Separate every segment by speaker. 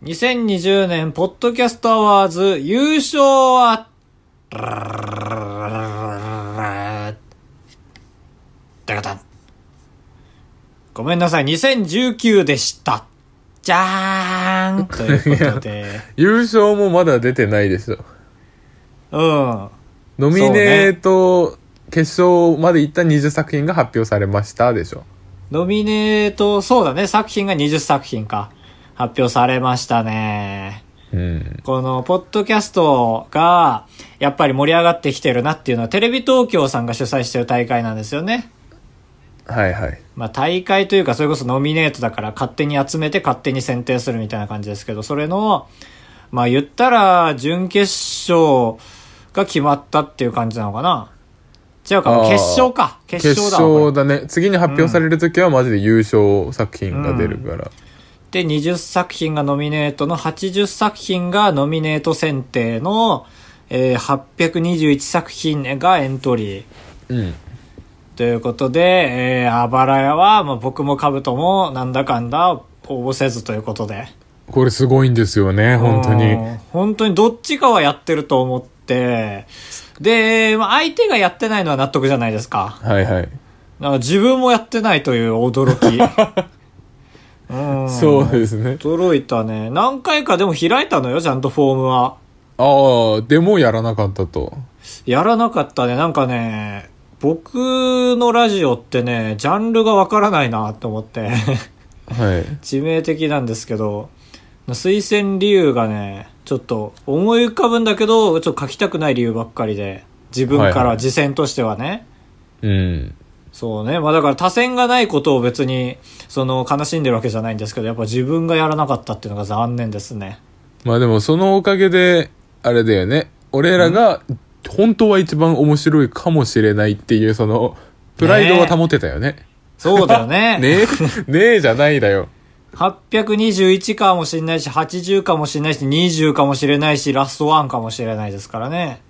Speaker 1: 2020年、ポッドキャストアワーズ、優勝は、ごめんなさい、2019でした。じゃーんということで、
Speaker 2: 優勝もまだ出てないでしょ。
Speaker 1: うん。
Speaker 2: ノミネート、決勝までいった20作品が発表されましたでしょ。
Speaker 1: ノミネート、そうだね、作品が20作品か、発表されましたね。
Speaker 2: うん。
Speaker 1: この、ポッドキャストが、やっぱり盛り上がってきてるなっていうのは、テレビ東京さんが主催してる大会なんですよね。
Speaker 2: はいはい。
Speaker 1: まあ、大会というか、それこそノミネートだから、勝手に集めて勝手に選定するみたいな感じですけど、それの、まあ、言ったら、準決勝が決まったっていう感じなのかな違うか、
Speaker 2: あー
Speaker 1: 決勝か。決
Speaker 2: 決
Speaker 1: 勝だわ。これ
Speaker 2: 勝だね。次に発表されるときはマジで優勝作品が出るから。
Speaker 1: で、20作品がノミネートの80作品がノミネート選定の、えー821作品がエントリー。
Speaker 2: うん。
Speaker 1: ということで、えー、あばらやは、まあ、僕もカブトもなんだかんだ応募せずということで。
Speaker 2: これすごいんですよね、本当
Speaker 1: う
Speaker 2: に。
Speaker 1: ん本当にどっちかはやってると思って、で、まあ、相手がやってないのは納得じゃないですか。
Speaker 2: はいはい。
Speaker 1: なんか自分もやってないという驚 き。うん、
Speaker 2: そうですね。
Speaker 1: 驚いたね。何回かでも開いたのよ、ちゃんとフォームは。
Speaker 2: ああ、でもやらなかったと。
Speaker 1: やらなかったね。なんかね、僕のラジオってね、ジャンルがわからないなと思って。
Speaker 2: はい。
Speaker 1: 致命的なんですけど、推薦理由がね、ちょっと思い浮かぶんだけど、ちょっと書きたくない理由ばっかりで、自分か
Speaker 2: はいは
Speaker 1: ら
Speaker 2: い
Speaker 1: 自薦としてはね。
Speaker 2: うん。
Speaker 1: そうね。まあだから他選がないことを別に、その悲しんでるわけじゃないんですけど、やっぱ自分がやらなかったっていうのが残念ですね。
Speaker 2: まあでもそのおかげで、あれだよね。俺らが本当は一番面白いかもしれないっていうその、プライドを保てたよね。
Speaker 1: そうだよね。
Speaker 2: ねえ、ねえじゃないだよ。
Speaker 1: 821かもしれないし、80かもしれないし、20かもしれないし、ラストワンかもしれないですからね。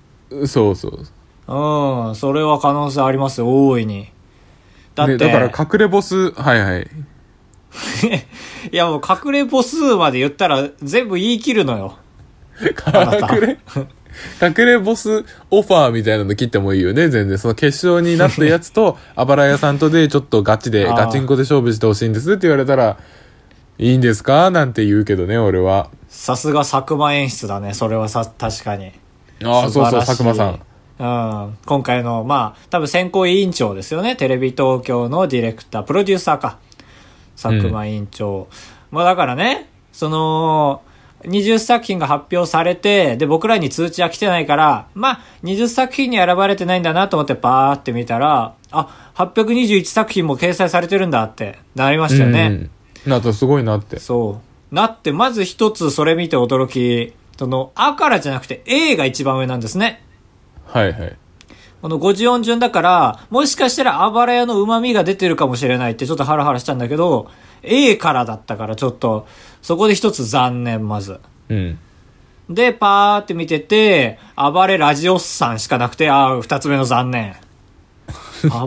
Speaker 2: そうそう。
Speaker 1: うん、それは可能性ありますよ、大いに。だって、
Speaker 2: ね、だから隠れボス、はいはい。
Speaker 1: いやもう隠れ歩数まで言ったら全部言い切るのよ。なた
Speaker 2: 隠れ、隠れボスオファーみたいなの切ってもいいよね、全然。その決勝になったやつ と、あばら屋さんとでちょっとガチで、
Speaker 1: あー
Speaker 2: ガチンコで勝負してほしいんですって言われたら、いいんですかなんて言うけどね、俺は。
Speaker 1: さすが佐久間演出だね、それはさ、確かに。
Speaker 2: ああ、
Speaker 1: 素
Speaker 2: そう
Speaker 1: 晴
Speaker 2: そ
Speaker 1: ら
Speaker 2: う、
Speaker 1: しい
Speaker 2: 佐久間さん。。
Speaker 1: うん、今回の、まあ、多分選考委員長ですよね。テレビ東京のディレクター、プロデューサーか。佐久間委員長。まあだからね、その、20作品が発表されて、で、僕らに通知は来てないから、まあ、20作品に選ばれてないんだなと思ってバーって見たら、あ、821作品も掲載されてるんだってなりましたよね。
Speaker 2: うんうん。なんかすごいなって。
Speaker 1: そう。なって、まず一つそれ見て驚き、その、あからじゃなくて A が一番上なんですね。
Speaker 2: はいはい。
Speaker 1: この54順だから、もしかしたらあばら屋の旨味が出てるかもしれないってちょっとハラハラしたんだけど、A からだったからちょっと、そこで一つ残念、まず。
Speaker 2: うん。
Speaker 1: で、パーって見てて、暴れラジオッサンしかなくて、ああ、二つ目の残念。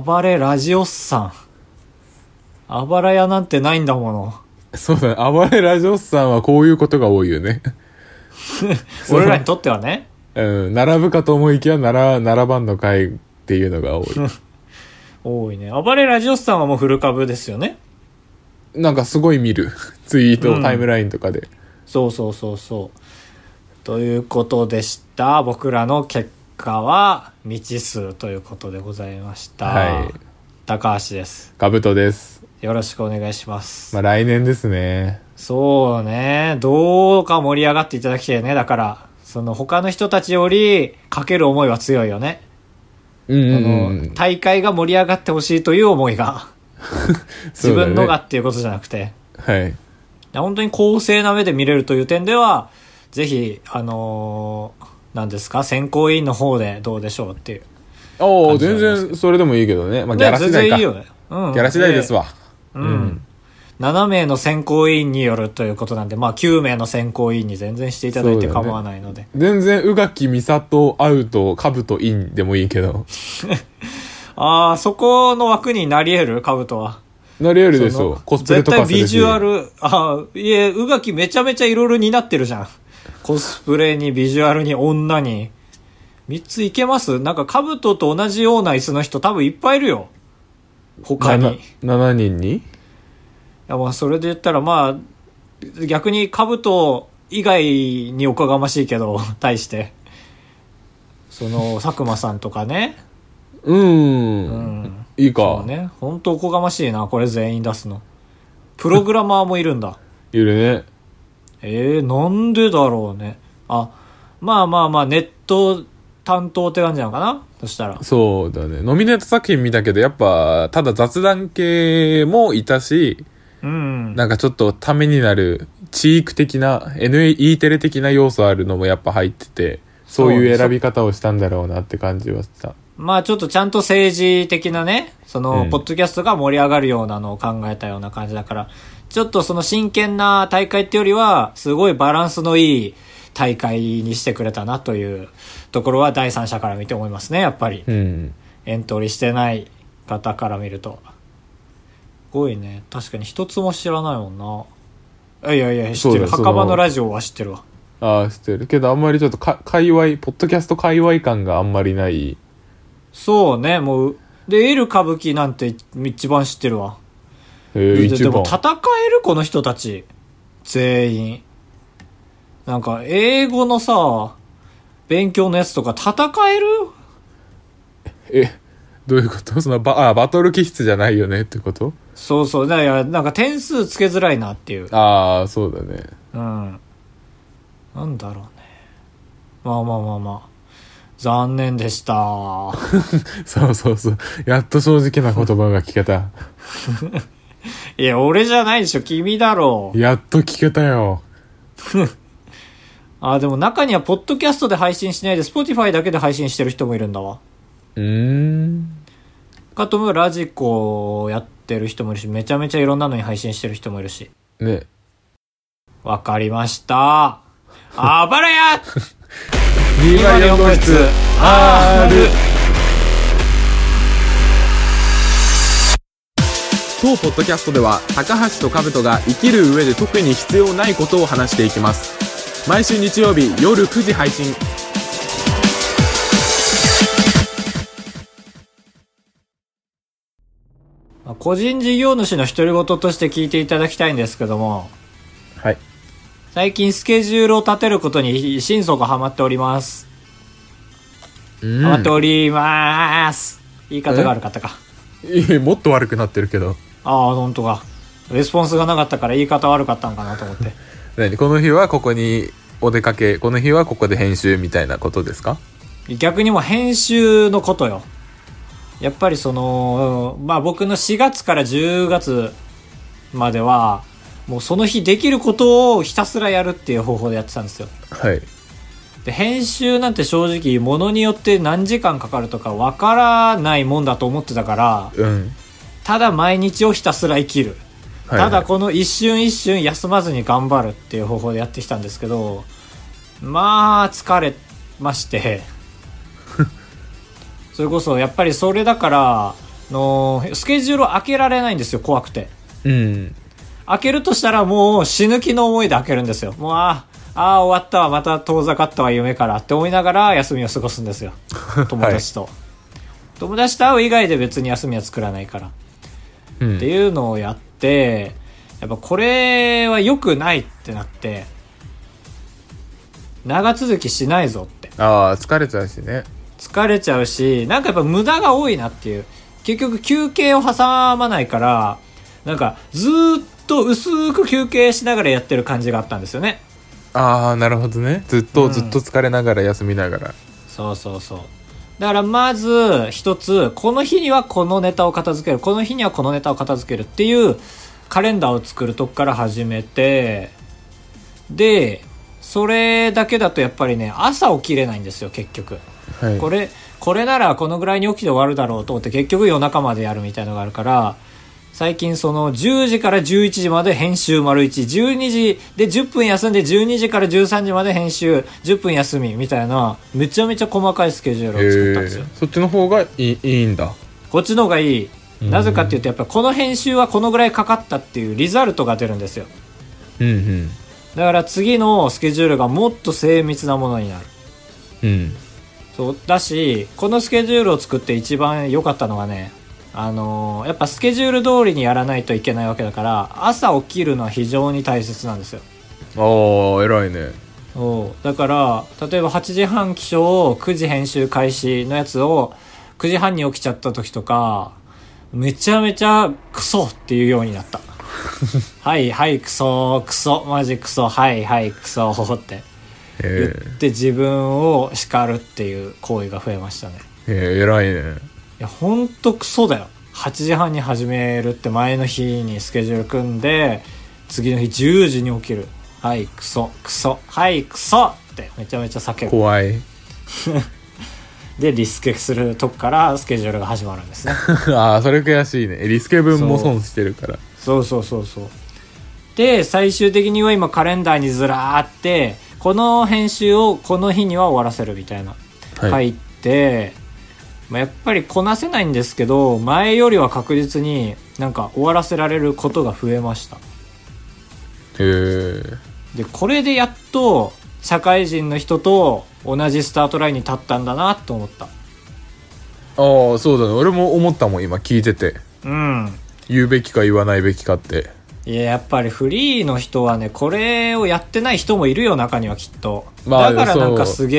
Speaker 1: 暴れラジオッサン。あばら屋なんてないんだもの。
Speaker 2: そうだね。あばれラジオスさんはこういうことが多いよね。 そう
Speaker 1: 俺らにとってはね。
Speaker 2: うん。並ぶかと思いきや、なら、並ばんのかいっていうのが多い。
Speaker 1: 多いね。暴れラジオスさんはもう古株ですよね。
Speaker 2: なんかすごい見る。 ツイート、
Speaker 1: うん
Speaker 2: タイムラインとかで。
Speaker 1: そうそうそうそう。ということでした。僕らの結果は未知数ということでございました。
Speaker 2: はい
Speaker 1: 高橋です。
Speaker 2: かぶとです。
Speaker 1: よろしくお願いします。
Speaker 2: まあ来年ですね。
Speaker 1: そうね。どうか盛り上がっていただきたいね。だから、その他の人たちよりかける思いは強いよね。
Speaker 2: うん
Speaker 1: あ
Speaker 2: うん
Speaker 1: の、
Speaker 2: うん。
Speaker 1: 大会が盛り上がってほしいという思いが。自
Speaker 2: そうだね
Speaker 1: 分のがっていうことじゃなくて。
Speaker 2: はい。
Speaker 1: 本当に公正な目で見れるという点では、ぜひ、あのー、何ですか、選考委員の方でどうでしょうっていう。
Speaker 2: おお
Speaker 1: 感じなん
Speaker 2: 全
Speaker 1: ですけ
Speaker 2: 然それでもいいけどね。まあギャラ
Speaker 1: ね
Speaker 2: 次
Speaker 1: 全
Speaker 2: 第か。
Speaker 1: 然いい
Speaker 2: ギ
Speaker 1: よね。うん
Speaker 2: ャラ次第です。わ。
Speaker 1: でうん。7名の選考委員によるということなんで、まあ9名の選考委員に全然していただいて
Speaker 2: そうだね
Speaker 1: 構わないので。
Speaker 2: 全然、宇垣美里、アウト、かぶと、インでもいいけど。
Speaker 1: ああ、そこの枠になり得る、カブトは。
Speaker 2: なり得るでし
Speaker 1: そ
Speaker 2: ょ
Speaker 1: の
Speaker 2: う。コスプレとかする
Speaker 1: 絶対
Speaker 2: し。
Speaker 1: ビジュアル、あ、いえ、宇垣めちゃめちゃいろいろ担ってるじゃん。コスプレに、ビジュアルに、女に。三ついけますなんか、兜と同じような椅子の人多分いっぱいいるよ。他に。い
Speaker 2: なな7人に
Speaker 1: や、まあ、それで言ったら、まあ、逆に兜以外におこがましいけど、 対して。その、佐久間さんとかね。
Speaker 2: うー。
Speaker 1: うんん。
Speaker 2: いい
Speaker 1: そ
Speaker 2: か
Speaker 1: う。ね。ほんとおこがましいな、これ全員出すの。プログラマーもいるんだ。
Speaker 2: いるね。
Speaker 1: ええなんでだろうね。あ、まあまあまあ、ネット担当って感じなのかなそしたら。
Speaker 2: そうだね。ノミネート作品見たけど、やっぱ、ただ雑談系もいたし、
Speaker 1: うん。
Speaker 2: なんかちょっとためになる、地域的な、NE テレ的な要素あるのもやっぱ入ってて、そういう選び方をしたんだろうなって感じはした。
Speaker 1: まあちょっとちゃんと政治的なね、その、
Speaker 2: うん
Speaker 1: ポッドキャストが盛り上がるようなのを考えたような感じだから、ちょっとその真剣な大会ってよりは、すごいバランスのいい大会にしてくれたなというところは第三者から見て思いますね、やっぱり。
Speaker 2: うん。
Speaker 1: エントリーしてない方から見ると。すごいね。確かに一つも知らないもんな。いやいや、知ってる。
Speaker 2: そうだ
Speaker 1: 墓場
Speaker 2: その
Speaker 1: のラジオは知ってるわ。
Speaker 2: ああ、してる。けどあんまりちょっとか、界隈、ポッドキャスト界隈感があんまりない。
Speaker 1: そうね、もう。で、エル歌舞伎なんて一番知ってるわ。
Speaker 2: えー、
Speaker 1: で
Speaker 2: 一
Speaker 1: でも
Speaker 2: 番。
Speaker 1: 戦えるこの人たち。全員。なんか、英語のさ、勉強のやつとか戦える
Speaker 2: え、どういうことそのバ、あ、バトル気質じゃないよねってこと
Speaker 1: そうそう。だから、なんか点数つけづらいなっていう。
Speaker 2: ああ、そうだね。
Speaker 1: うん。なんだろうね。まあまあまあまあ。残念でした。
Speaker 2: そうそうそう。やっと正直な言葉が聞けた。
Speaker 1: いや、俺じゃないでしょ。君だろう。
Speaker 2: やっと聞けたよ。
Speaker 1: あ、でも中には、ポッドキャストで配信しないで、Spotify だけで配信してる人もいるんだわ。
Speaker 2: うーん。
Speaker 1: かともラジコをやってる人もいるし、めちゃめちゃいろんなのに配信してる人もいるし。
Speaker 2: ね。
Speaker 1: わかりました。あばらや
Speaker 2: 204
Speaker 1: !204
Speaker 2: 号
Speaker 1: 号
Speaker 2: 室
Speaker 1: 室
Speaker 2: R
Speaker 1: R!
Speaker 2: 当ポッドキャストでは高橋と兜が生きる上で特に必要ないことを話していきます毎週日曜日夜9時配信
Speaker 1: まあ個人事業主の独り言として聞いていただきたいんですけども、
Speaker 2: はい
Speaker 1: 最近スケジュールを立てることに心底ハマっております。
Speaker 2: うん
Speaker 1: ハマっております。言い方が悪かったか。
Speaker 2: いやもっと悪くなってるけど
Speaker 1: ああ、本当か。レスポンスがなかったから言い方悪かったんかなと思って。
Speaker 2: 何この日はここにお出かけこの日はここで編集みたいなことですか
Speaker 1: 逆にもう編集のことよ。やっぱりその、まあ僕の4月から10月までは、もうその日できることをひたすらやるっていう方法でやってたんですよ。
Speaker 2: はい
Speaker 1: で編集なんて正直ものによって何時間かかるとかわからないもんだと思ってたから
Speaker 2: うん
Speaker 1: ただ毎日をひたすら生きる、
Speaker 2: はい
Speaker 1: ただこの一瞬一瞬休まずに頑張るっていう方法でやってきたんですけどまあ疲れまして それこそやっぱりそれだからのスケジュールを開けられないんですよ怖くて
Speaker 2: うん
Speaker 1: 開けるとしたらもう死ぬ気の思いで開けるんですよ。もう、ああ、ああ、終わったわ、また遠ざかったわ、夢からって思いながら休みを過ごすんです よ。友達と。友達と会う以外で別に休みは作らないから。
Speaker 2: う
Speaker 1: って
Speaker 2: ん
Speaker 1: いうのをやって、やっぱこれは良くないってなって、長続きしないぞって。
Speaker 2: ああ疲れちゃうしね
Speaker 1: 疲れちゃうし、なんかやっぱ無駄が多いなっていう。結局休憩を挟まないから、なんかずーっと薄く休憩しながらやってる感じがあったんですよね。
Speaker 2: ああなるほどねずっと、ずっと疲れながら休みながら
Speaker 1: そうそうそう。だからまず一つ、この日にはこのネタを片付ける、この日にはこのネタを片付けるっていうカレンダーを作るとこから始めて、で、それだけだとやっぱりね、朝起きれないんですよ、結局。
Speaker 2: はい
Speaker 1: これこれならこのぐらいに起きて終わるだろうと思って結局夜中までやるみたいのがあるから最近その10時から11時まで編集丸112時で10分休んで12時から13時まで編集10分休みみたいなめちゃめちゃ細かいスケジュールを作ったんですよ
Speaker 2: へーそっちの方がいいいいんだ
Speaker 1: こっちの方がいいなぜかっていうとやっぱりこの編集はこのぐらいかかったっていうリザルトが出るんですよ
Speaker 2: うんうん
Speaker 1: だから次のスケジュールがもっと精密なものになる
Speaker 2: うん
Speaker 1: そうだしこのスケジュールを作って一番良かったのがねあのーやっぱスケジュール通りにやらないといけないわけだから朝起きるのは非常に大切なんですよ
Speaker 2: ああ偉いね
Speaker 1: そうだから例えば8時半起床9時編集開始のやつを9時半に起きちゃった時とかめちゃめちゃクソっていうようになった はいはいクソクソマジクソはいはいクソって言っ
Speaker 2: え
Speaker 1: て自分を叱るっていう行為が増えましたね
Speaker 2: えええ偉いね
Speaker 1: いや、ほんとクソだよ。8時半に始めるって前の日にスケジュール組んで、次の日10時に起きる。はい、クソ、クソ、はい、クソってめちゃめちゃ叫ぶ。
Speaker 2: 怖い
Speaker 1: で、リスケするとこからスケジュールが始まるん ですね。
Speaker 2: ああそれ悔しいねリスケ分も損してるから
Speaker 1: そうそうそうそう。で、最終的には今カレンダーにずらーって、この編集をこの日には終わらせるみたいな。
Speaker 2: は
Speaker 1: 入
Speaker 2: い
Speaker 1: って、まあ、やっぱりこなせないんですけど前よりは確実になんか終わらせられることが増えました
Speaker 2: へえ
Speaker 1: でこれでやっと社会人の人と同じスタートラインに立ったんだなと思った
Speaker 2: ああそうだね俺も思ったもん今聞いてて
Speaker 1: うん
Speaker 2: 言うべきか言わないべきかって
Speaker 1: いややっぱりフリーの人はねこれをやってない人もいるよ中にはきっと、
Speaker 2: まあ
Speaker 1: だからなんか
Speaker 2: そう
Speaker 1: すげ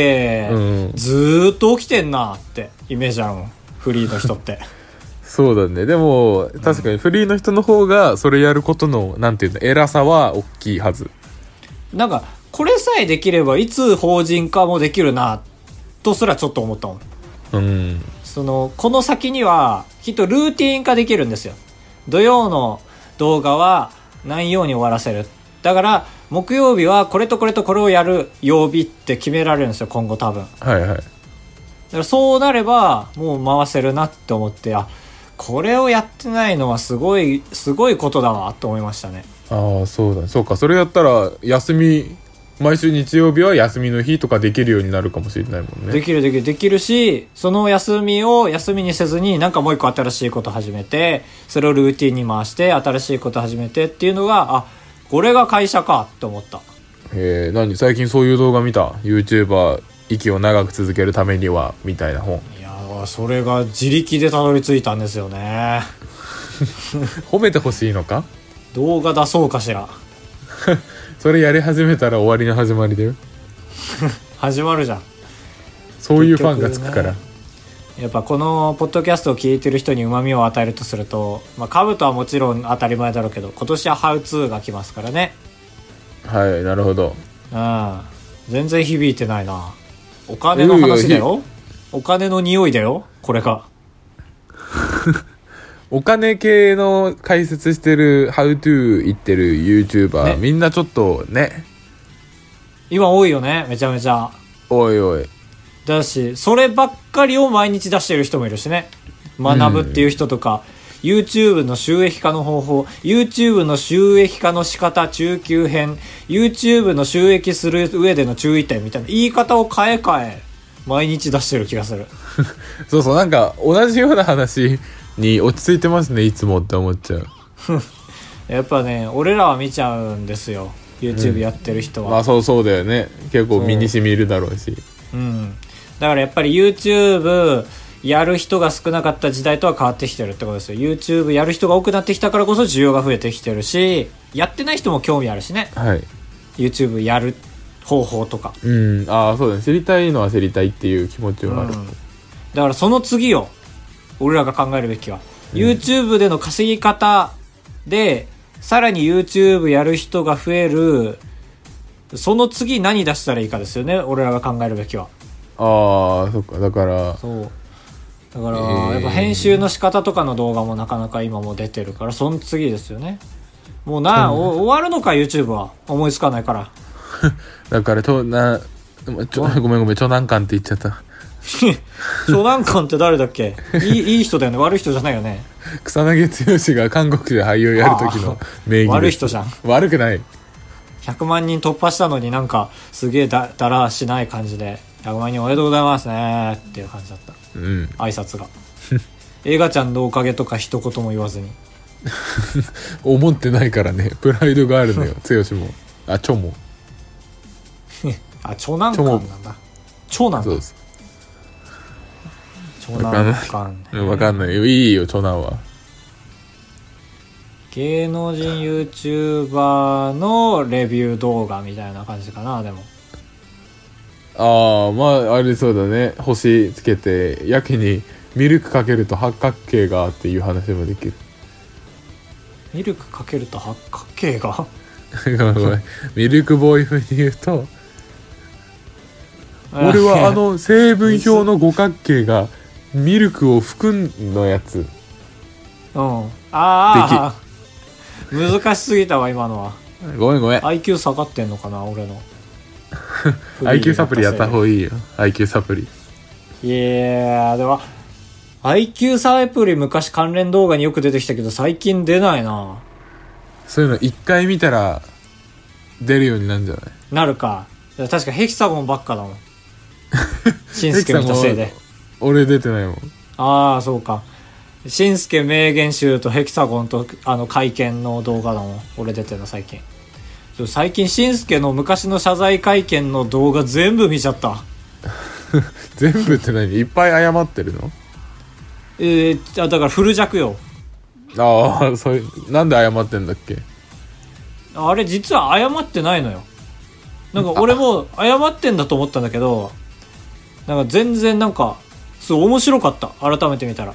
Speaker 1: え、
Speaker 2: うん
Speaker 1: ずーっと起きてんなってイメージあるもんフリーの人って
Speaker 2: そうだねでも確かにフリーの人の方がそれやることのなんていうの偉さは大きいはず
Speaker 1: なんか、これさえできれば、いつ法人化もできるな、とすらちょっと思ったもん。
Speaker 2: うん
Speaker 1: その、この先には、きっとルーティン化できるんですよ。土曜の動画は何曜に終わらせる。だから、木曜日はこれとこれとこれをやる曜日って決められるんですよ、今後多分。だ
Speaker 2: はいはい
Speaker 1: からそうなれば、もう回せるなって思って、あ、これをやってないのはすごい、すごいことだわ、と思いましたね。
Speaker 2: ああそうだねそうかそれやったら休み毎週日曜日は休みの日とかできるようになるかもしれないもん
Speaker 1: で
Speaker 2: ね
Speaker 1: きるできるできるしその休みを休みにせずになんかもう一個新しいこと始めてそれをルーティンに回して新しいこと始めてっていうのがあこれが会社かと思った
Speaker 2: えー、何最近そういう動画見た YouTuber 息を長く続けるためにはみたいな本
Speaker 1: いやーそれが自力でたどり着いたんですよね
Speaker 2: 褒めてほしいのか
Speaker 1: 動画出そうかしら
Speaker 2: それやり始めたら終わりの始まりだよ
Speaker 1: 始まるじゃん
Speaker 2: そういうファンがつくから、
Speaker 1: 結やっぱこのポッドキャストを聞いてる人にうまみを与えるとするとまあ株とはもちろん当たり前だろうけど今年はハウツーが来ますからね
Speaker 2: はいなるほど
Speaker 1: うん全然響いてないなお金の話だよお金の匂いだよこれが
Speaker 2: お金系の解説してる HowTo 言ってる YouTuber、
Speaker 1: ね
Speaker 2: みんなちょっとね
Speaker 1: 今多いよねめちゃめちゃ
Speaker 2: おいおい
Speaker 1: だしそればっかりを毎日出してる人もいるしね学ぶっていう人とか、YouTube の収益化の方法 YouTube の収益化の仕方中級編 YouTube の収益する上での注意点みたいな言い方を変え変え毎日出してる気がする
Speaker 2: そうそうなんか同じような話に落ち着いてますねいつもって思っちゃう
Speaker 1: やっぱね俺らは見ちゃうんですよ YouTube やってる人は、
Speaker 2: まあそうそうだよね結構身に染みるだろうし
Speaker 1: うん、だからやっぱり YouTube やる人が少なかった時代とは変わってきてるってことですよ YouTube やる人が多くなってきたからこそ需要が増えてきてるしやってない人も興味あるしね
Speaker 2: はい
Speaker 1: YouTube やる方法とか、
Speaker 2: うんああそうだね知りたいのは知りたいっていう気持ち
Speaker 1: う
Speaker 2: はあ
Speaker 1: ん
Speaker 2: る、、
Speaker 1: だからその次を俺らが考えるべきは、YouTube での稼ぎ方でさらに YouTube やる人が増えるその次何出したらいいかですよね俺らが考えるべきは
Speaker 2: ああそっかだから
Speaker 1: そうだから、
Speaker 2: えー
Speaker 1: やっぱ編集の仕方とかの動画もなかなか今もう出てるからその次ですよねもうな、お終わるのか YouTube は思いつかないから
Speaker 2: だからとなちょごめんごめん長男感って言っちゃった
Speaker 1: 初段官って誰だっけいいいい人だよね悪い人じゃないよね
Speaker 2: 草薙剛が韓国で俳優やる時の名義
Speaker 1: 悪い
Speaker 2: です
Speaker 1: 人じゃん
Speaker 2: 悪くない
Speaker 1: 100万人突破したのになんかすげえだだらしない感じで100万人おめでとうございますねっていう感じだった
Speaker 2: うん
Speaker 1: 挨拶が映画ちゃんのおかげとか一言も言わずに。
Speaker 2: 思ってないからねプライドがある のよ剛もあチョも
Speaker 1: あ、長男感なんだ。長男
Speaker 2: そう
Speaker 1: だ
Speaker 2: で。す
Speaker 1: 長男感。
Speaker 2: うんわかんないよいいよ長男は
Speaker 1: 芸能人 YouTuber のレビュー動画みたいな感じかな、でも。
Speaker 2: ああまああれそうだね星つけてやけにミルクかけると八角形がっていう話もできる
Speaker 1: ミルクかけると八角形が
Speaker 2: ごめんごめんミルクボーイ風に言うと 俺はあ、の成分表の五角形がミルクを含んのやつ
Speaker 1: うん。ああ、難しすぎたわ、今のは。
Speaker 2: ごめんごめん
Speaker 1: IQ 下がってんのかな、俺 の。
Speaker 2: IQ サプリやった方がいいよ IQ サプリ
Speaker 1: いやー、でも、IQ サプリ昔関連動画によく出てきたけど、最近出ないな。
Speaker 2: そういうの一回見たら出るようになるんじゃない
Speaker 1: なるか。確かヘキサゴンばっかだ もん。しんすけ見たせい
Speaker 2: ヘ
Speaker 1: で
Speaker 2: キ。俺出てないもん
Speaker 1: ああ、そうか。しんすけ名言集とヘキサゴンとあの会見の動画だもん。俺出てるの最近。ちょ最近しんすけの昔の謝罪会見の動画全部見ちゃった。
Speaker 2: 全部って何いっぱい謝ってるの
Speaker 1: えー、あだから古弱よ。
Speaker 2: ああそういうなんで謝ってんだっけ
Speaker 1: あれ実は謝ってないのよ。なんか俺も謝ってんだと思ったんだけど、なんか全然なんか、すごい面白かった。改めて見たら。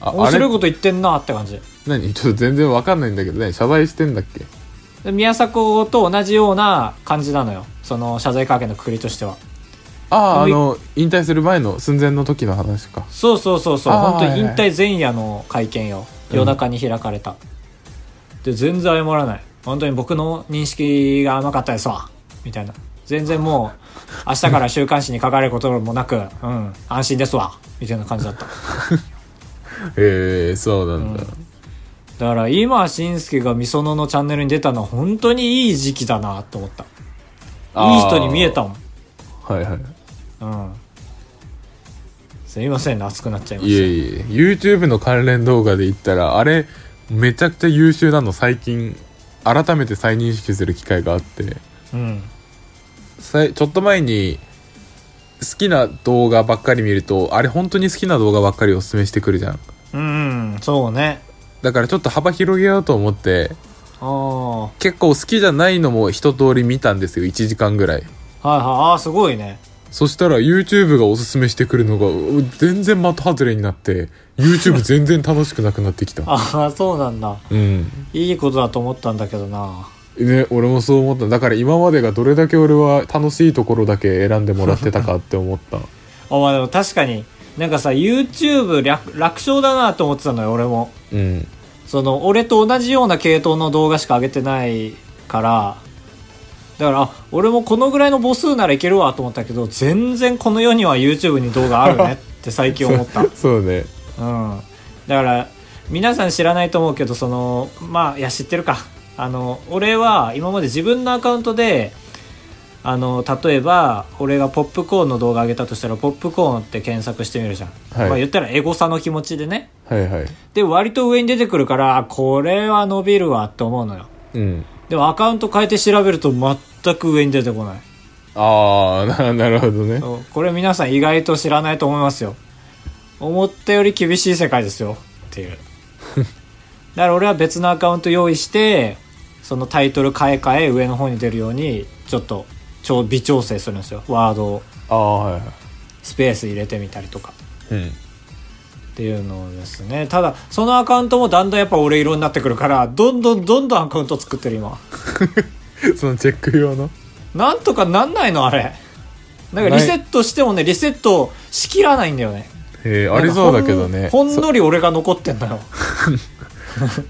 Speaker 2: あ
Speaker 1: 面
Speaker 2: あれ
Speaker 1: 白いこと言ってんなって感じ。
Speaker 2: 何 ちょっと全然わかんないんだけどね謝罪してんだっけ
Speaker 1: で宮迫と同じような感じなのよ。その謝罪会見のくくりとしては。
Speaker 2: あああ
Speaker 1: あ
Speaker 2: の引退する前の寸前の時の話か
Speaker 1: そうそうそうそう。
Speaker 2: あー
Speaker 1: 本当に引
Speaker 2: はいは
Speaker 1: 退前夜の会見よ。
Speaker 2: うん
Speaker 1: 夜中に開かれた。で、全然謝らない。本当に僕の認識が甘かったですわ。みたいな。全然も う、明日から週刊誌に書かれることもなく、うん、安心ですわ。みたいな感じだった。
Speaker 2: へえそうなんだ、
Speaker 1: だから今、し介がみそののチャンネルに出たのは本当にいい時期だなと思った。いい人に見えたもん。
Speaker 2: はいはい
Speaker 1: うん。すいませんね、熱くなっちゃいま
Speaker 2: い
Speaker 1: し
Speaker 2: えいえ YouTube の関連動画で言ったらあれめちゃくちゃ優秀なの最近改めて再認識する機会があって
Speaker 1: た。うん。
Speaker 2: さいちょっと前に好きな動画ばっかり見るとあれ本当に好きな動画ばっかりおすすめしてくるじゃん
Speaker 1: うん、うん、そうね。
Speaker 2: だからちょっと幅広げようと思って
Speaker 1: あ
Speaker 2: 結構好きじゃないのも一通り見たんですよ1時間ぐらい
Speaker 1: あ、はいはい、ああ、すごいね。
Speaker 2: そしたら YouTube がおすすめしてくるのがう全然的外れになって YouTube 全然楽しくなくなってきた
Speaker 1: ああ、そうなんだ。
Speaker 2: うん
Speaker 1: いいことだと思ったんだけどな。
Speaker 2: ね俺もそう思っただから今までがどれだけ俺は楽しいところだけ選んでもらってたかって思っ た
Speaker 1: あ、まあでも確かに、なんかさ、YouTube 略楽勝だなと思ってたのよ、俺も。
Speaker 2: うん
Speaker 1: その、俺と同じような系統の動画しか上げてないから、だから、あ俺もこのぐらいの母数ならいけるわと思ったけど、全然この世には YouTube に動画あるねって最近思った。
Speaker 2: そうね
Speaker 1: うん、だから皆さん知らないと思うけどそのまあいや知ってるかあの俺は今まで自分のアカウントであの例えば俺がポップコーンの動画上げたとしたら「ポップコーン」って検索してみるじゃん、
Speaker 2: はい
Speaker 1: まあ、言ったらエゴサの気持ちでね
Speaker 2: はいはい
Speaker 1: で割と上に出てくるからあこれは伸びるわって思うのよ
Speaker 2: うん
Speaker 1: でもアカウント変えて調べると全く上に出てこない
Speaker 2: ああ ななるほどね
Speaker 1: そうこれ皆さん意外と知らないと思いますよ思ったより厳しい世界ですよっていうだから俺は別のアカウント用意してそのタイトル変え替え上の方に出るようにちょっと調微調整するんですよワードを
Speaker 2: ああはいは
Speaker 1: スペース入れてみたりとか
Speaker 2: いう
Speaker 1: っ
Speaker 2: ん
Speaker 1: ていうのをですねただそのアカウントもだんだんやっぱ俺色になってくるからどんどんどんどんアカウント作ってる今
Speaker 2: そのチェック用の
Speaker 1: なんとかなんないのあれなんかリセットしてもねリセットしきらないんだよね
Speaker 2: へえありそうだけどね
Speaker 1: ほんほんのり俺が残ってん だよ。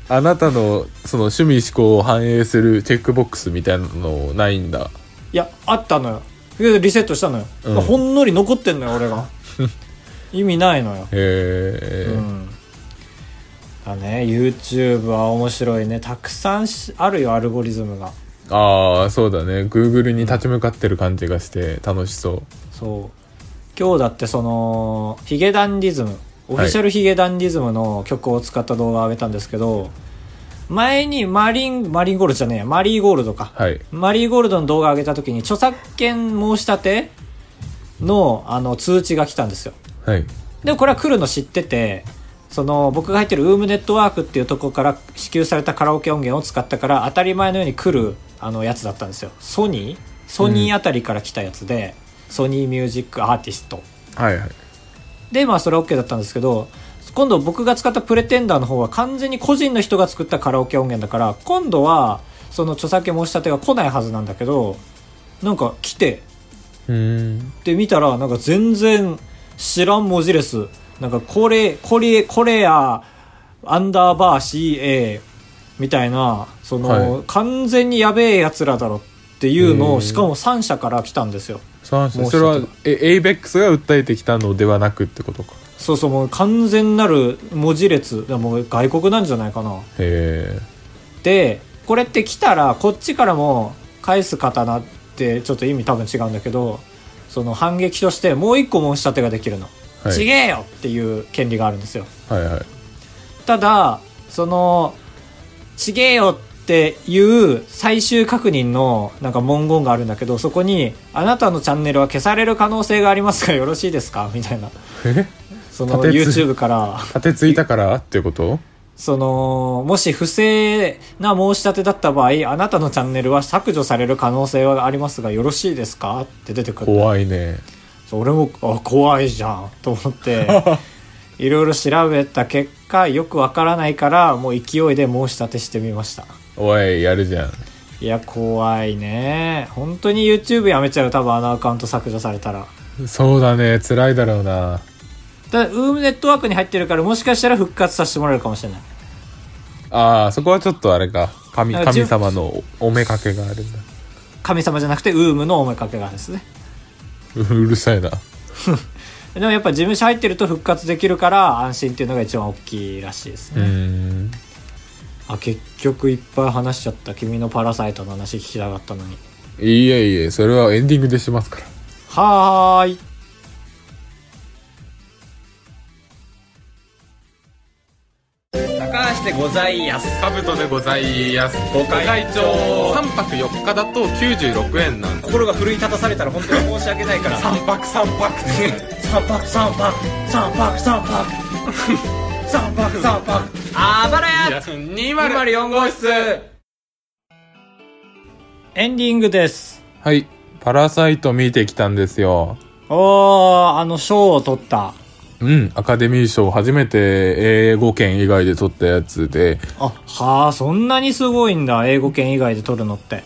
Speaker 2: あなたのその趣味思考を反映するチェックボックスみたいなのないんだ
Speaker 1: いや、あったのよ。けどリセットしたのよ。
Speaker 2: うん
Speaker 1: ほんのり残ってんのよ、俺 が。意味ないのよ。
Speaker 2: へえ、
Speaker 1: うん。だね、YouTube は面白いね。たくさんしあるよ、アルゴリズムが。
Speaker 2: ああそうだね Google に立ち向かってる感じがして楽しそう
Speaker 1: そう。今日だってその、ヒゲダンディズム。オフィシャルヒゲダンディズムの曲を使った動画を上げたんですけど、前にマリン、マリンゴールドじゃねえや、マリーゴールドか。
Speaker 2: はい
Speaker 1: マリーゴールドの動画上げた時に著作権申し立てのあの通知が来たんですよ。
Speaker 2: はい
Speaker 1: でもこれは来るの知ってて、その僕が入ってるウームネットワークっていうところから支給されたカラオケ音源を使ったから当たり前のように来るあのやつだったんですよ。ソニーソニーあたりから来たやつで、ソニーミュージックアーティスト。
Speaker 2: はいはい
Speaker 1: で、まあそれは OK だったんですけど、今度僕が使ったプレテンダーの方は完全に個人の人が作ったカラオケ音源だから、今度はその著作権申し立てが来ないはずなんだけど、なんか来て、
Speaker 2: うーん
Speaker 1: で見たらなんか全然知らん文字列なんかこれこれこれやアンダーバー CA みたいなその、
Speaker 2: は
Speaker 1: 完全にやべえやつらだろっていうの
Speaker 2: へ
Speaker 1: を
Speaker 2: ー
Speaker 1: しかも3社から来たんですよ
Speaker 2: さあそ
Speaker 1: もう
Speaker 2: れは
Speaker 1: 一つ
Speaker 2: エイベックスが訴えてきたのではなくってことか
Speaker 1: そうそうもう完全なる文字列だからもう外国なんじゃないかな
Speaker 2: へ
Speaker 1: でこれって来たらこっちからも返す刀ってちょっと意味多分違うんだけどその反撃としてもう一個申し立てができるの、
Speaker 2: はい
Speaker 1: ちげえよっていう権利があるんですよ
Speaker 2: えはいはい
Speaker 1: ただそのちげえよっていう最終確認のなんか文言があるんだけどそこに「あなたのチャンネルは消される可能性がありますがよろしいですか?」みたいな
Speaker 2: え
Speaker 1: その
Speaker 2: 立てつ
Speaker 1: YouTube から
Speaker 2: 立てついたからっていうこと
Speaker 1: そのもし不正な申し立てだった場合あなたのチャンネルは削除される可能性はありますがよろしいですかって出てくる
Speaker 2: 怖いね
Speaker 1: そう俺もあ怖いじゃんと思っていろいろ調べた結果よくわからないからもう勢いで申し立てしてみました
Speaker 2: おいやるじゃん
Speaker 1: いや怖いね本当に YouTube やめちゃう多分あのアカウント削除されたら
Speaker 2: そうだね辛いだろうな
Speaker 1: ただウームネットワークに入ってるからもしかしたら復活させてもらえるかもしれない
Speaker 2: ああそこはちょっとあれか神
Speaker 1: なんかじゅ
Speaker 2: 神様のお目かけがあるんだ
Speaker 1: 神様じゃなくてウームの思いかけがですね
Speaker 2: ううるさいな
Speaker 1: でもやっぱ事務所入ってると復活できるから安心っていうのが一番大きいらしいです
Speaker 2: う
Speaker 1: ね、
Speaker 2: ーん
Speaker 1: あ結局いっぱい話しちゃった君のパラサイトの話聞きたかったのに
Speaker 2: いえいえそれはエンディングでしますから
Speaker 1: はーい高橋でございやす
Speaker 2: カブトでございますご
Speaker 1: 会長
Speaker 2: 3泊4日だと96円なんで
Speaker 1: 心が奮い立たされたら本当に申し訳ないから
Speaker 2: 3泊3泊で
Speaker 1: 三泊三泊三泊三泊三泊三泊あばらや
Speaker 2: 204号室
Speaker 1: エンディングです
Speaker 2: はいパラサイト見てきたんですよ
Speaker 1: おーあの賞を取った
Speaker 2: うんアカデミー賞初めて英語圏以外で撮ったやつで
Speaker 1: あはあそんなにすごいんだ英語圏以外で取るのって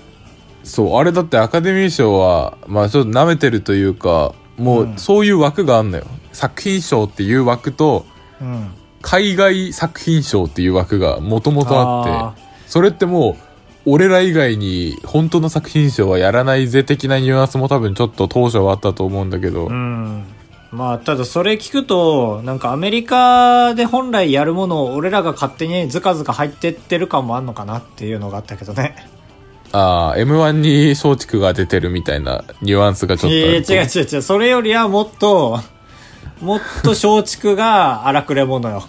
Speaker 2: そうあれだってアカデミー賞はまあちょっと舐めてるというかもうそういう枠があんのよ、作品賞っていう枠と
Speaker 1: うん
Speaker 2: 海外作品賞っていう枠がもともとあ
Speaker 1: あ
Speaker 2: ってそれってもう俺ら以外に本当の作品賞はやらないぜ的なニュアンスも多分ちょっと当初はあったと思うんだけど、
Speaker 1: うんまあただそれ聞くとなんかアメリカで本来やるものを俺らが勝手にずかずか入ってってる感もあんのかなっていうのがあったけどね
Speaker 2: ああ m 1に松竹が出てるみたいなニュアンスがちょっとあ
Speaker 1: いや
Speaker 2: る
Speaker 1: い
Speaker 2: と
Speaker 1: や違う違う違うそれよりはもっともっと松竹が荒くれ者よ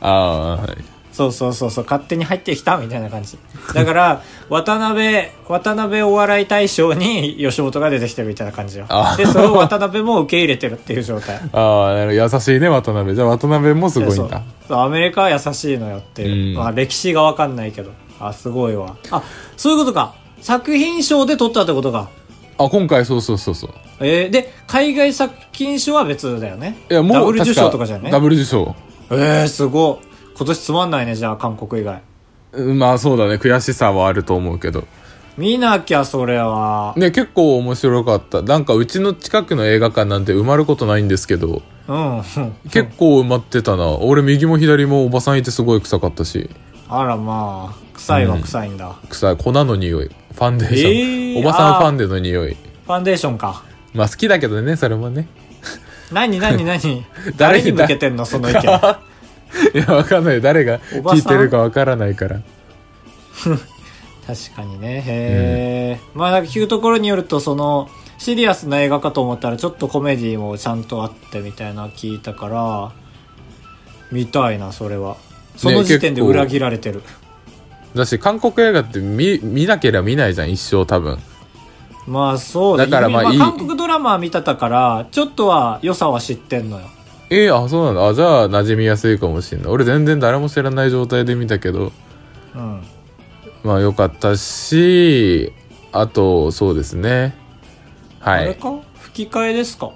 Speaker 2: ああーはい
Speaker 1: そうそうそうそう勝手に入ってきたみたいな感じだから渡辺渡辺お笑い大賞に吉本が出てきてるみたいな感じよ
Speaker 2: あ
Speaker 1: でそれを渡辺も受け入れてるっていう状態
Speaker 2: ああなるほど優しいね渡辺じゃあ渡辺もすごい
Speaker 1: そ
Speaker 2: ん
Speaker 1: う
Speaker 2: だ
Speaker 1: そうアメリカは優しいのよっていう、
Speaker 2: うん
Speaker 1: まあ、歴史が分かんないけどあすごいわあそういうことか作品賞で取ったってことか
Speaker 2: あ今回そうそうそうそう
Speaker 1: えーで海外作品賞は別だよね
Speaker 2: いやもう
Speaker 1: ダブル受
Speaker 2: 確か
Speaker 1: 賞とかじゃね
Speaker 2: ダブル受賞
Speaker 1: えー、すごい今年つまんないねじゃあ韓国以外
Speaker 2: うんまあそうだね悔しさはあると思うけど
Speaker 1: 見なきゃそれは
Speaker 2: ね結構面白かったなんかうちの近くの映画館なんて埋まることないんですけど
Speaker 1: うん
Speaker 2: 結構埋まってたな俺右も左もおばさんいてすごい臭かったし
Speaker 1: あらまあ臭いは臭いんだ、
Speaker 2: 臭い粉の匂いファンデーション、
Speaker 1: えー
Speaker 2: おばさん
Speaker 1: あー
Speaker 2: ファンデの匂い
Speaker 1: ファンデーションか
Speaker 2: まあ好きだけどねそれもね
Speaker 1: 何何何
Speaker 2: 誰
Speaker 1: 誰
Speaker 2: に
Speaker 1: に向けてんのその意見
Speaker 2: いやわかんない誰が
Speaker 1: おばさん
Speaker 2: 聞いてるかわからないから
Speaker 1: 確かにねへえ、まあなんか聞くところによるとそのシリアスな映画かと思ったらちょっとコメディもちゃんとあってみたいなの聞いたから見たいな、それは。その時点で裏切られてる。
Speaker 2: だし韓国映画って見見なければ見ないじゃん一生多分
Speaker 1: まあそうだ
Speaker 2: だからまあ
Speaker 1: 今
Speaker 2: いい
Speaker 1: 韓国ドラマ見てたから、ちょっとは良さは知ってんのよ。
Speaker 2: えー、あそうなんだあじゃあ馴染みやすいかもしれない俺全然誰も知らない状態で見たけど
Speaker 1: うん。
Speaker 2: まあ良かったしあとそうですねは
Speaker 1: あれ
Speaker 2: い
Speaker 1: か吹き替えですか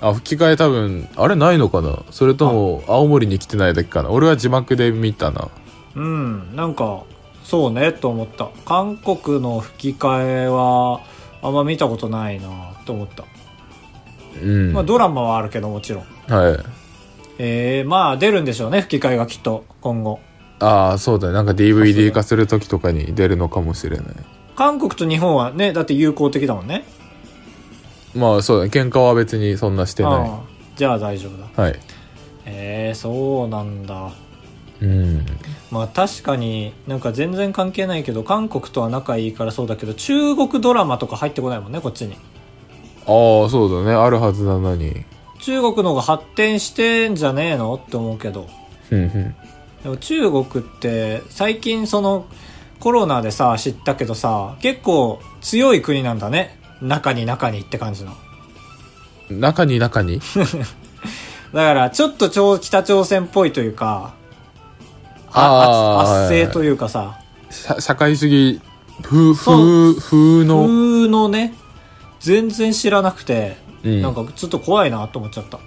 Speaker 2: あ吹き替え多分あれないのかなそれとも青森に来てないだけかな俺は字幕で見たな
Speaker 1: うん、なんか、そうね、と思った。韓国の吹き替えは、あんま見たことないなと思った。
Speaker 2: うん、
Speaker 1: まあドラマはあるけどもちろん。
Speaker 2: はい
Speaker 1: えー、まあ出るんでしょうね、吹き替えがきっと、今後。
Speaker 2: ああそうだねなんか DVD 化する時とかに出るのかもしれない
Speaker 1: 韓国と日本はね、だって友好的だもんね。
Speaker 2: まあそうだね喧嘩は別にそんなしてな
Speaker 1: ああじゃあ大丈夫だ。
Speaker 2: いはい
Speaker 1: えー、そうなんだ。
Speaker 2: うん
Speaker 1: まあ確かになんか全然関係ないけど韓国とは仲いいからそうだけど中国ドラマとか入ってこないもんねこっちに
Speaker 2: ああそうだねあるはずなのに
Speaker 1: 中国の方が発展してんじゃねえのって思うけど
Speaker 2: うんうん
Speaker 1: でも中国って最近そのコロナでさ知ったけどさ結構強い国なんだね中に中にって感じの
Speaker 2: 中に中に
Speaker 1: だからちょっと超北朝鮮っぽいというか
Speaker 2: あ
Speaker 1: あ
Speaker 2: ー
Speaker 1: 圧圧
Speaker 2: は
Speaker 1: 政
Speaker 2: いはい
Speaker 1: というかさ
Speaker 2: 社社会主義風
Speaker 1: そう
Speaker 2: 風風の
Speaker 1: 風のね全然知らなくて、
Speaker 2: うん
Speaker 1: なんかちょっと怖いなと思っちゃった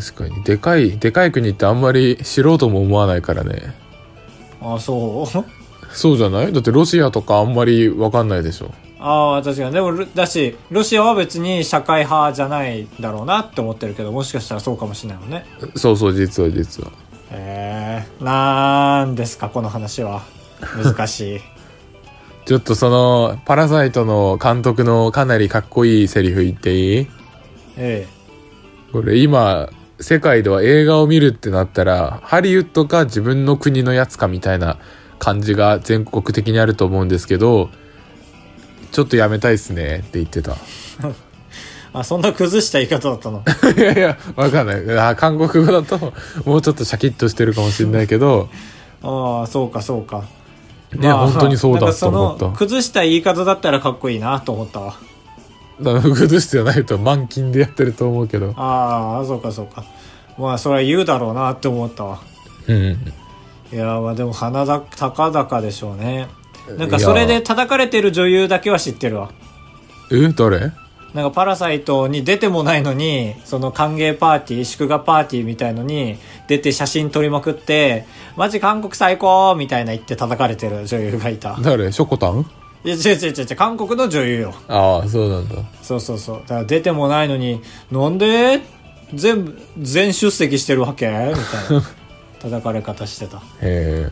Speaker 2: 確かにでかいでかい国ってあんまり知ろうとも思わないからね
Speaker 1: あそう
Speaker 2: そうじゃないだってロシアとかあんまりわかんないでしょ
Speaker 1: ああ確かにでもルだしロシアは別に社会派じゃないだろうなって思ってるけどもしかしたらそうかもしれないもんね
Speaker 2: そうそう実は実は
Speaker 1: えー、なんですかこの話は難 しい
Speaker 2: ちょっとそのパラサイトの監督のかなりかっこいいセリフ言っていい
Speaker 1: え
Speaker 2: これ今世界では映画を見るってなったらハリウッドか自分の国のやつかみたいな感じが全国的にあると思うんですけどちょっとやめたいっすねって言って た
Speaker 1: えあそんな崩した言い方だったの
Speaker 2: いやいや わかんないあ韓国語だともうちょっとシャキッとしてるかもしれないけど
Speaker 1: ああそうかそうか
Speaker 2: ね、
Speaker 1: まあ
Speaker 2: 本当にそう
Speaker 1: なん
Speaker 2: だ
Speaker 1: か
Speaker 2: と思っ
Speaker 1: その
Speaker 2: た
Speaker 1: 崩した言い方だったらかっこいいなと思ったわ
Speaker 2: だから崩してないと満勤でやってると思うけど
Speaker 1: ああそうかそうかまあそれは言うだろうなって思ったわ
Speaker 2: うん
Speaker 1: いやーまあでも鼻だ高々でしょうねなんかそれで叩かれてる女優だけは知ってるわ
Speaker 2: え誰
Speaker 1: なんかパラサイトに出てもないのに、その歓迎パーティー、祝賀パーティーみたいのに出て写真撮りまくって、マジ韓国最高みたいな言って叩かれてる女優がいた。
Speaker 2: 誰ショコタン
Speaker 1: いや、違う違う違う違う、韓国の女優よ。
Speaker 2: ああそうなんだ
Speaker 1: そうそうそう。だから出てもないのに、なんで全部、全出席してるわけみたい な叩かれ方してた。
Speaker 2: へえ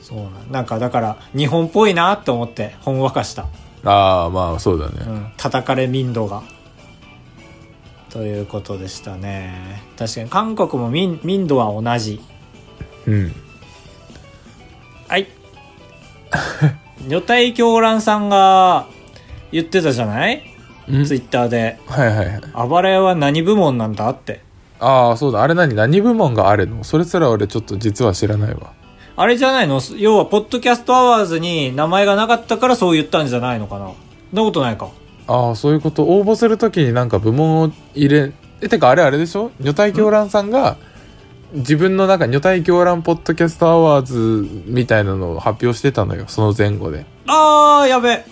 Speaker 1: そうなん。なんかだから、日本っぽいなって思って、ほんわかした。
Speaker 2: ああまあそうだね
Speaker 1: うん、叩かれ民度が。ということでしたね。確かに韓国も民民度は同じ。
Speaker 2: うん
Speaker 1: はい。 女体狂乱さんが言ってたじゃない
Speaker 2: うん
Speaker 1: ツイッターで。
Speaker 2: はいはいはい。
Speaker 1: 暴れは何部門なんだって。
Speaker 2: ああ、そうだ。あれ何何部門があるのそれすら俺ちょっと実は知らないわ。
Speaker 1: あれじゃないの要は、ポッドキャストアワーズに名前がなかったからそう言ったんじゃないのかな。そんなことないか。
Speaker 2: ああ、そういうこと。応募するときになんか部門を入れ、え、てかあれあれでしょ女体狂乱さんが、自分の中、女体狂乱ポッドキャストアワーズみたいなのを発表してたのよ。その前後で。
Speaker 1: あー、やべ。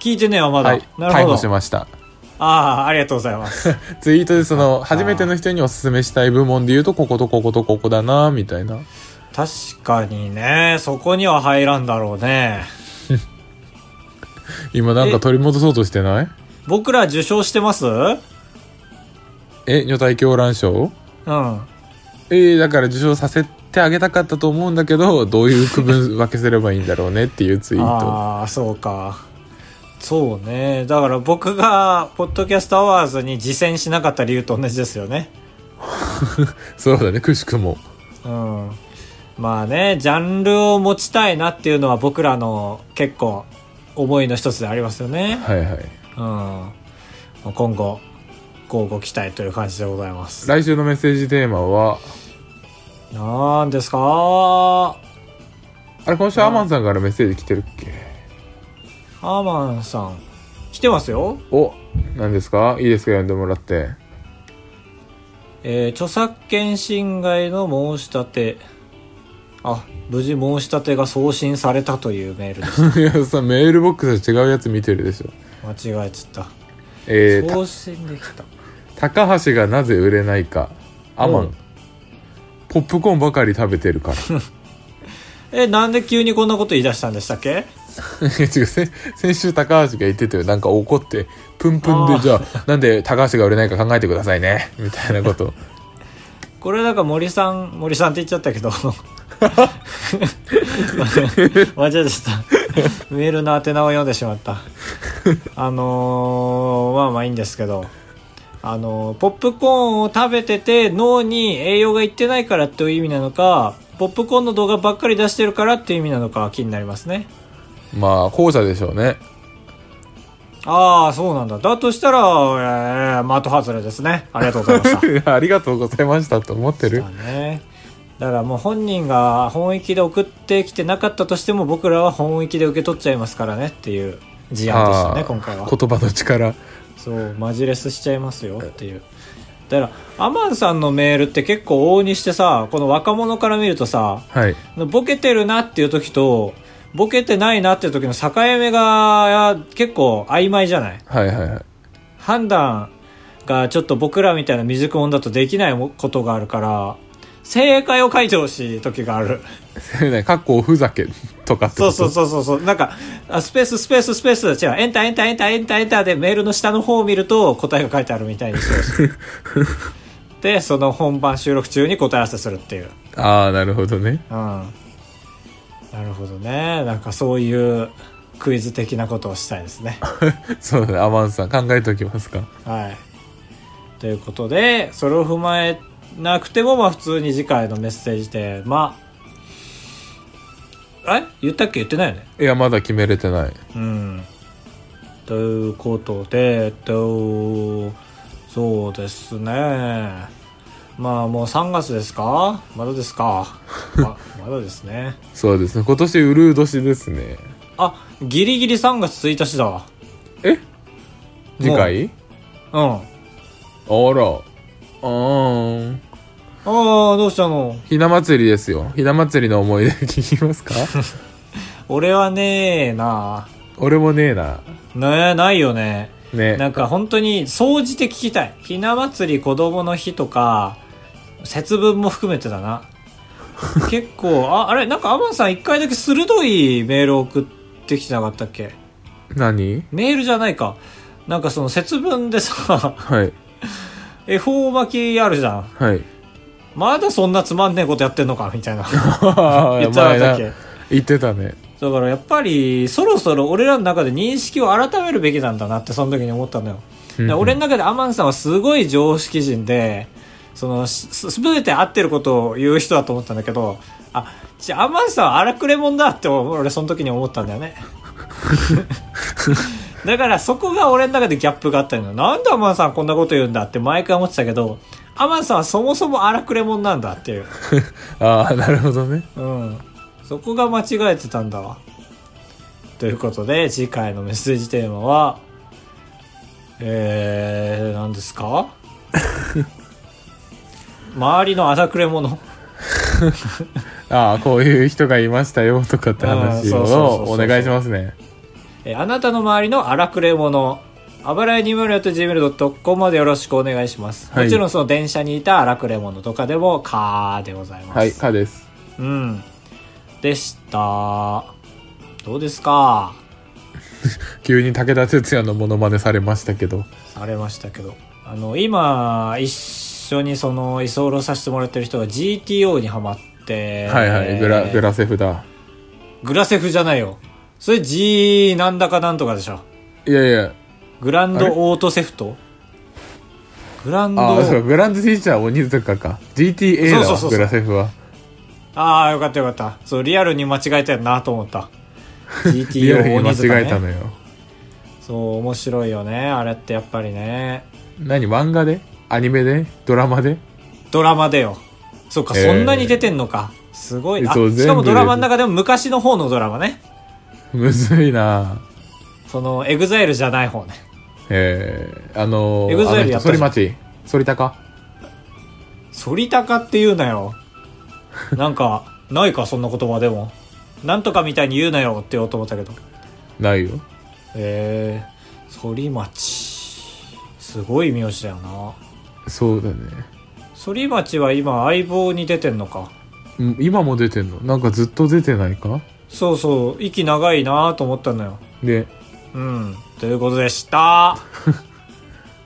Speaker 1: 聞いてねえわ、まだ。
Speaker 2: はい。
Speaker 1: なる
Speaker 2: 逮
Speaker 1: ほ
Speaker 2: 捕
Speaker 1: ど。
Speaker 2: しました。
Speaker 1: あー、ありがとうございます。
Speaker 2: ツイートでその、初めての人におすすめしたい部門で言うと、こことこことここだな、みたいな。
Speaker 1: 確かにね、そこには入らんだろうね。
Speaker 2: 今なんか取り戻そうとしてない
Speaker 1: 僕ら受賞してますうん。
Speaker 2: え、女体狂乱賞
Speaker 1: あ
Speaker 2: えー、だから受賞させてあげたかったと思うんだけ どどういう区分分けすればいいんだろうねっていうツイート
Speaker 1: あー、そうか。そうね。だから僕が、ポッドキャストアワーズに実践しなかった理由と同じですよね。
Speaker 2: そうだねくしくも
Speaker 1: うん。まあね、ジャンルを持ちたいなっていうのは僕らの結構思いの一つでありますよね。
Speaker 2: はいはい
Speaker 1: うん。今後、乞うご期待という感じでございます。
Speaker 2: 来週のメッセージテーマは
Speaker 1: なんですか
Speaker 2: あれ今週アマンさんからメッセージ来てるっけ
Speaker 1: アーマンさん。来てますよ。
Speaker 2: お何ですかいいですか読んでもらって
Speaker 1: えー著作権侵害の申し立て。あ、無事申し立てが送信されたというメールです。
Speaker 2: いやさメールボックスは違うやつ見てるでしょ
Speaker 1: 間違えちゃった。
Speaker 2: えー、
Speaker 1: 送信できた。
Speaker 2: た高橋がなぜ売れないかアマン、
Speaker 1: うん
Speaker 2: ポップコーンばかり食べてるから
Speaker 1: え、なんで急にこんなこと言い出したんでしたっけ
Speaker 2: 違う先先週高橋が言ってたよなんか怒ってプンプン
Speaker 1: あ
Speaker 2: で
Speaker 1: ー
Speaker 2: じゃあなんで高橋が売れないか考えてください ねみたいなこと
Speaker 1: これなんか森さん、森さんって言っちゃったけど。間違えちゃった。メールの宛名を読んでしまった。あのー、まあまあいいんですけど。あのーポップコーンを食べてて脳に栄養がいってないからっていう意味なのか、ポップコーンの動画ばっかり出してるからっていう意味なのか気になりますね。
Speaker 2: まあ後者でしょうね
Speaker 1: ああ、そうなんだ。だとしたら、えー、的外れですね。ありがとうございました。
Speaker 2: ありがとうございましたと思ってる
Speaker 1: だねだからもう本人が本域で送ってきてなかったとしても僕らは本域で受け取っちゃいますからねっていう事案でした
Speaker 2: あ
Speaker 1: ね
Speaker 2: ー
Speaker 1: 今回は
Speaker 2: 言葉の力
Speaker 1: そうマジレスしちゃいますよっていうだからアマンさんのメールって結構往々にしてさこの若者から見るとさ
Speaker 2: はい
Speaker 1: ボケてるなっていう時とボケてないなっていう時の境目が結構曖昧じゃない
Speaker 2: はいはいはい
Speaker 1: 判断がちょっと僕らみたいな未熟者だとできないことがあるから、正解を書いてほしい時がある。
Speaker 2: それねかっこおふざけとかって
Speaker 1: そ
Speaker 2: こ
Speaker 1: うそう
Speaker 2: と
Speaker 1: そうそうそう。なんか、あスペーススペーススペース、違う、エンターエンターエンターエンターエンターでメールの下の方を見ると答えが書いてあるみたいにしてほしい で、その本番収録中に答え合わせするっていう。
Speaker 2: ああなるほどね
Speaker 1: うん。なるほどね。なんかそういうクイズ的なことをしたいですね。
Speaker 2: そうだねアマンさん考えておきますか
Speaker 1: はい。ということで、それを踏まえなくても、まあ普通に次回のメッセージで、まあ、え言ったっけ言ってないよね。
Speaker 2: いやまだ決めれてない
Speaker 1: うん。ということで、えっと、そうですね。まあもう3月ですかまだですかままだですね。
Speaker 2: そうですね今年うるう年ですね
Speaker 1: あ、ギリギリ3月1日だわ。
Speaker 2: 次回
Speaker 1: うん。
Speaker 2: あらあーん
Speaker 1: ああ、どうしたの
Speaker 2: ひな祭りですよひな祭りの思い出 聞きま すか
Speaker 1: 俺はねえな。
Speaker 2: 俺もねえな
Speaker 1: ねえ、ないよね。
Speaker 2: ね
Speaker 1: なんか本当に総じて聞きたい。ひな祭り子供の日とか、節分も含めてだな。結構、あ、あれなんかアマンさん一回だけ鋭いメール送ってきてなかったっけ
Speaker 2: 何
Speaker 1: メールじゃないか。なんかその節分でさ、
Speaker 2: はい
Speaker 1: 恵方巻きあるじゃん。
Speaker 2: はい
Speaker 1: まだそんなつまんねえことやってんのかみたいな。 言
Speaker 2: 言
Speaker 1: ってなかったっけ
Speaker 2: 言ってたね
Speaker 1: だからやっぱり、そろそろ俺らの中で認識を改めるべきなんだなってその時に思ったんだよ。
Speaker 2: うんう
Speaker 1: で
Speaker 2: ん
Speaker 1: 俺の中でアマンさんはすごい常識人で、その、すすべて合ってることを言う人だと思ったんだけど、あ、ちアマンさんは荒くれ者だって俺その時に思ったんだよね。 だからそこが俺の中でギャップがあったのよ。なんでアマンさんこんなこと言うんだって毎回思ってたけど、アマンさんはそもそも荒くれ者なんだっていう。
Speaker 2: ああなるほどね
Speaker 1: うん。そこが間違えてたんだわ。ということで、次回のメッセージテーマは、えー、何です か周りの荒くれ者。
Speaker 2: ああこういう人がいましたよとかって話
Speaker 1: うんそうそうそ
Speaker 2: を
Speaker 1: うそう
Speaker 2: お願いしますね
Speaker 1: えーあなたの周りの荒くれ者。あばらや 204.gmail.com までよろしくお願いします。
Speaker 2: はい
Speaker 1: もちろんその電車にいた荒くれ者とかでも、かーでございます。
Speaker 2: はい「か」です
Speaker 1: うん。でした。どうですか
Speaker 2: 急に武田鉄矢のモノマネされましたけど
Speaker 1: されましたけどあの今一緒にその居候させてもらってる人が GTO にハマって
Speaker 2: はいはいグラグラセフだ
Speaker 1: グラセフじゃないよそれ G なんだかなんとかでしょ
Speaker 2: いやいや
Speaker 1: グランドオートセフトグランド
Speaker 2: ああそうグランドティーチャー鬼塚か GTA だわ
Speaker 1: そうそうそうそう
Speaker 2: グラセフは
Speaker 1: ああよかったよかったそうリアルに間違えたよなと思った
Speaker 2: リアル
Speaker 1: GTO
Speaker 2: に
Speaker 1: 鬼塚、ね、
Speaker 2: 間違えたのよ、
Speaker 1: そう面白いよねあれってやっぱりね
Speaker 2: 何漫画でアニメでドラマで
Speaker 1: ドラマでよそうか、そんなに出てんのか。すごいな。あ
Speaker 2: そう全部
Speaker 1: しかもドラマの中でも昔の方のドラマね。
Speaker 2: むずいな
Speaker 1: その、エグザイルじゃない方ね。
Speaker 2: えー、あのー、
Speaker 1: エグザイルや
Speaker 2: あの
Speaker 1: った
Speaker 2: 人反
Speaker 1: じゃん
Speaker 2: 町反田か
Speaker 1: 反り高って言うなよ。なんか、ないか、そんな言葉でも。なんとかみたいに言うなよって言おうと思ったけど。
Speaker 2: ないよ
Speaker 1: えー、反町。すごい名字だよな。
Speaker 2: そうだね
Speaker 1: 反町は今、相棒に出てんのか。
Speaker 2: うん今も出てんのなんかずっと出てないか
Speaker 1: そうそう、息長いなと思ったのよ。
Speaker 2: で
Speaker 1: うん。ということでした。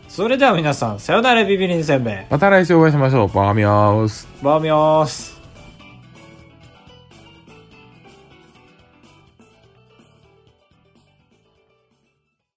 Speaker 1: それでは皆さん、さよならビビリンせんべい。
Speaker 2: また来週お会いしましょうバーミャース
Speaker 1: バーミョース。